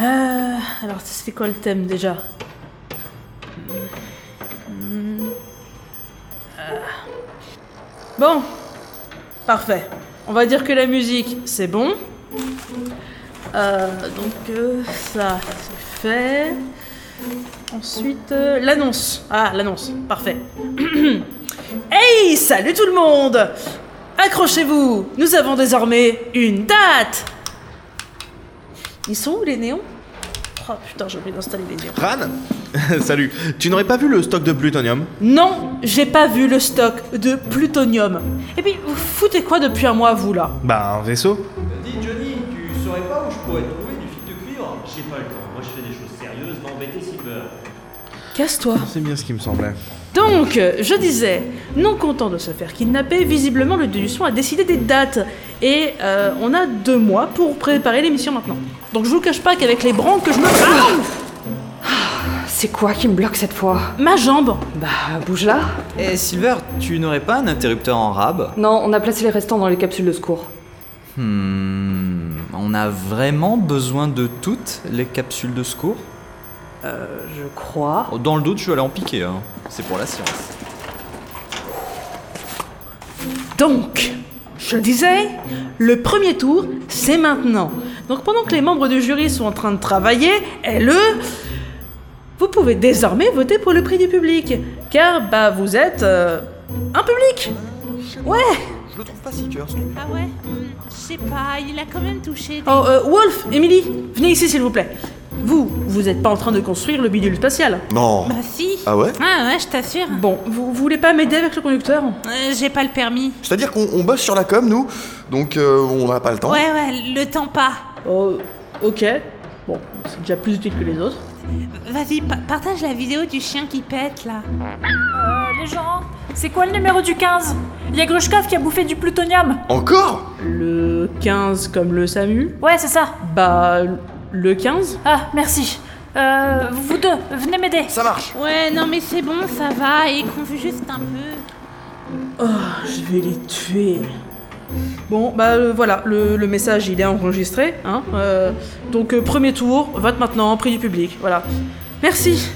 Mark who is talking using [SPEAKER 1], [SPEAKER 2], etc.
[SPEAKER 1] Euh, alors, ça c'est quoi le thème déjà Hmm. Euh. Bon, parfait. On va dire que la musique, c'est bon. Euh, donc, euh, ça, c'est fait. Ensuite, euh, l'annonce. Ah, l'annonce, parfait. hey, salut tout le monde Accrochez-vous, nous avons désormais une date Ils sont où les néons Oh putain, j'ai oublié d'installer les néons.
[SPEAKER 2] Ran Salut. Tu n'aurais pas vu le stock de plutonium
[SPEAKER 1] Non, j'ai pas vu le stock de plutonium. Et puis, vous foutez quoi depuis un mois, vous là
[SPEAKER 2] Bah, un vaisseau.
[SPEAKER 3] Dis Johnny, tu saurais pas où je pourrais trouver du fil de cuivre J'ai pas le temps, moi je fais des choses sérieuses, m'embêter Silver.
[SPEAKER 1] Casse-toi.
[SPEAKER 2] C'est bien ce qui me semblait.
[SPEAKER 1] Donc, euh, je disais, non content de se faire kidnapper, visiblement le Délution a décidé des dates. Et euh, on a deux mois pour préparer l'émission maintenant. Donc je vous cache pas qu'avec les branques que je me prends,
[SPEAKER 4] C'est quoi qui me bloque cette fois
[SPEAKER 1] ma jambe,
[SPEAKER 4] Bah, bouge là
[SPEAKER 3] Eh Silver, tu n'aurais pas un interrupteur en rab
[SPEAKER 4] Non, on a placé les restants dans les capsules de secours.
[SPEAKER 3] Hmm. On a vraiment besoin de toutes les capsules de secours
[SPEAKER 4] Je crois.
[SPEAKER 3] Oh, Dans le doute, je vais aller en piquer, hein. c'est pour la science.
[SPEAKER 1] Donc, je le disais, le premier tour, c'est maintenant. Donc pendant que les membres du jury sont en train de travailler, et le... Vous pouvez désormais voter pour le prix du public, car bah vous êtes euh, un public. Ouais.
[SPEAKER 3] Je le trouve pas si cœur,
[SPEAKER 5] Ah ouais hmm, Je sais pas, il a quand même touché des...
[SPEAKER 1] Oh, euh, Wolf, Emily, venez ici s'il vous plaît. Vous, vous n'êtes pas en train de construire le bidule spatial.
[SPEAKER 2] Non.
[SPEAKER 5] Bah si
[SPEAKER 2] Ah ouais
[SPEAKER 5] Ah ouais, je t'assure.
[SPEAKER 1] Bon, vous, vous voulez pas m'aider avec le conducteur
[SPEAKER 5] Euh, J'ai pas le permis.
[SPEAKER 6] C'est-à-dire qu'on on bosse sur la com, nous, donc euh, on n'a
[SPEAKER 2] Ah.
[SPEAKER 6] pas le temps.
[SPEAKER 5] Ouais, ouais, le temps pas.
[SPEAKER 1] Oh, ok. Bon, c'est déjà plus utile que les autres.
[SPEAKER 5] Vas-y, pa- partage la vidéo du chien qui pète, là.
[SPEAKER 7] Euh, les gens, c'est quoi le numéro du 15 Il y a Grushkov qui a bouffé du plutonium.
[SPEAKER 6] Encore
[SPEAKER 1] Le 15 comme le SAMU.
[SPEAKER 7] Ouais, c'est ça.
[SPEAKER 1] Bah, le 15
[SPEAKER 7] Ah, merci. Euh, vous deux, venez m'aider.
[SPEAKER 6] Ça marche
[SPEAKER 5] Ouais, non mais c'est bon, ça va, et qu'on veut juste un peu.
[SPEAKER 1] Je vais les tuer. Bon, bah euh, voilà, le, le message il est enregistré. Hein euh, donc, euh, premier tour, vote maintenant, prix du public. Voilà. Merci.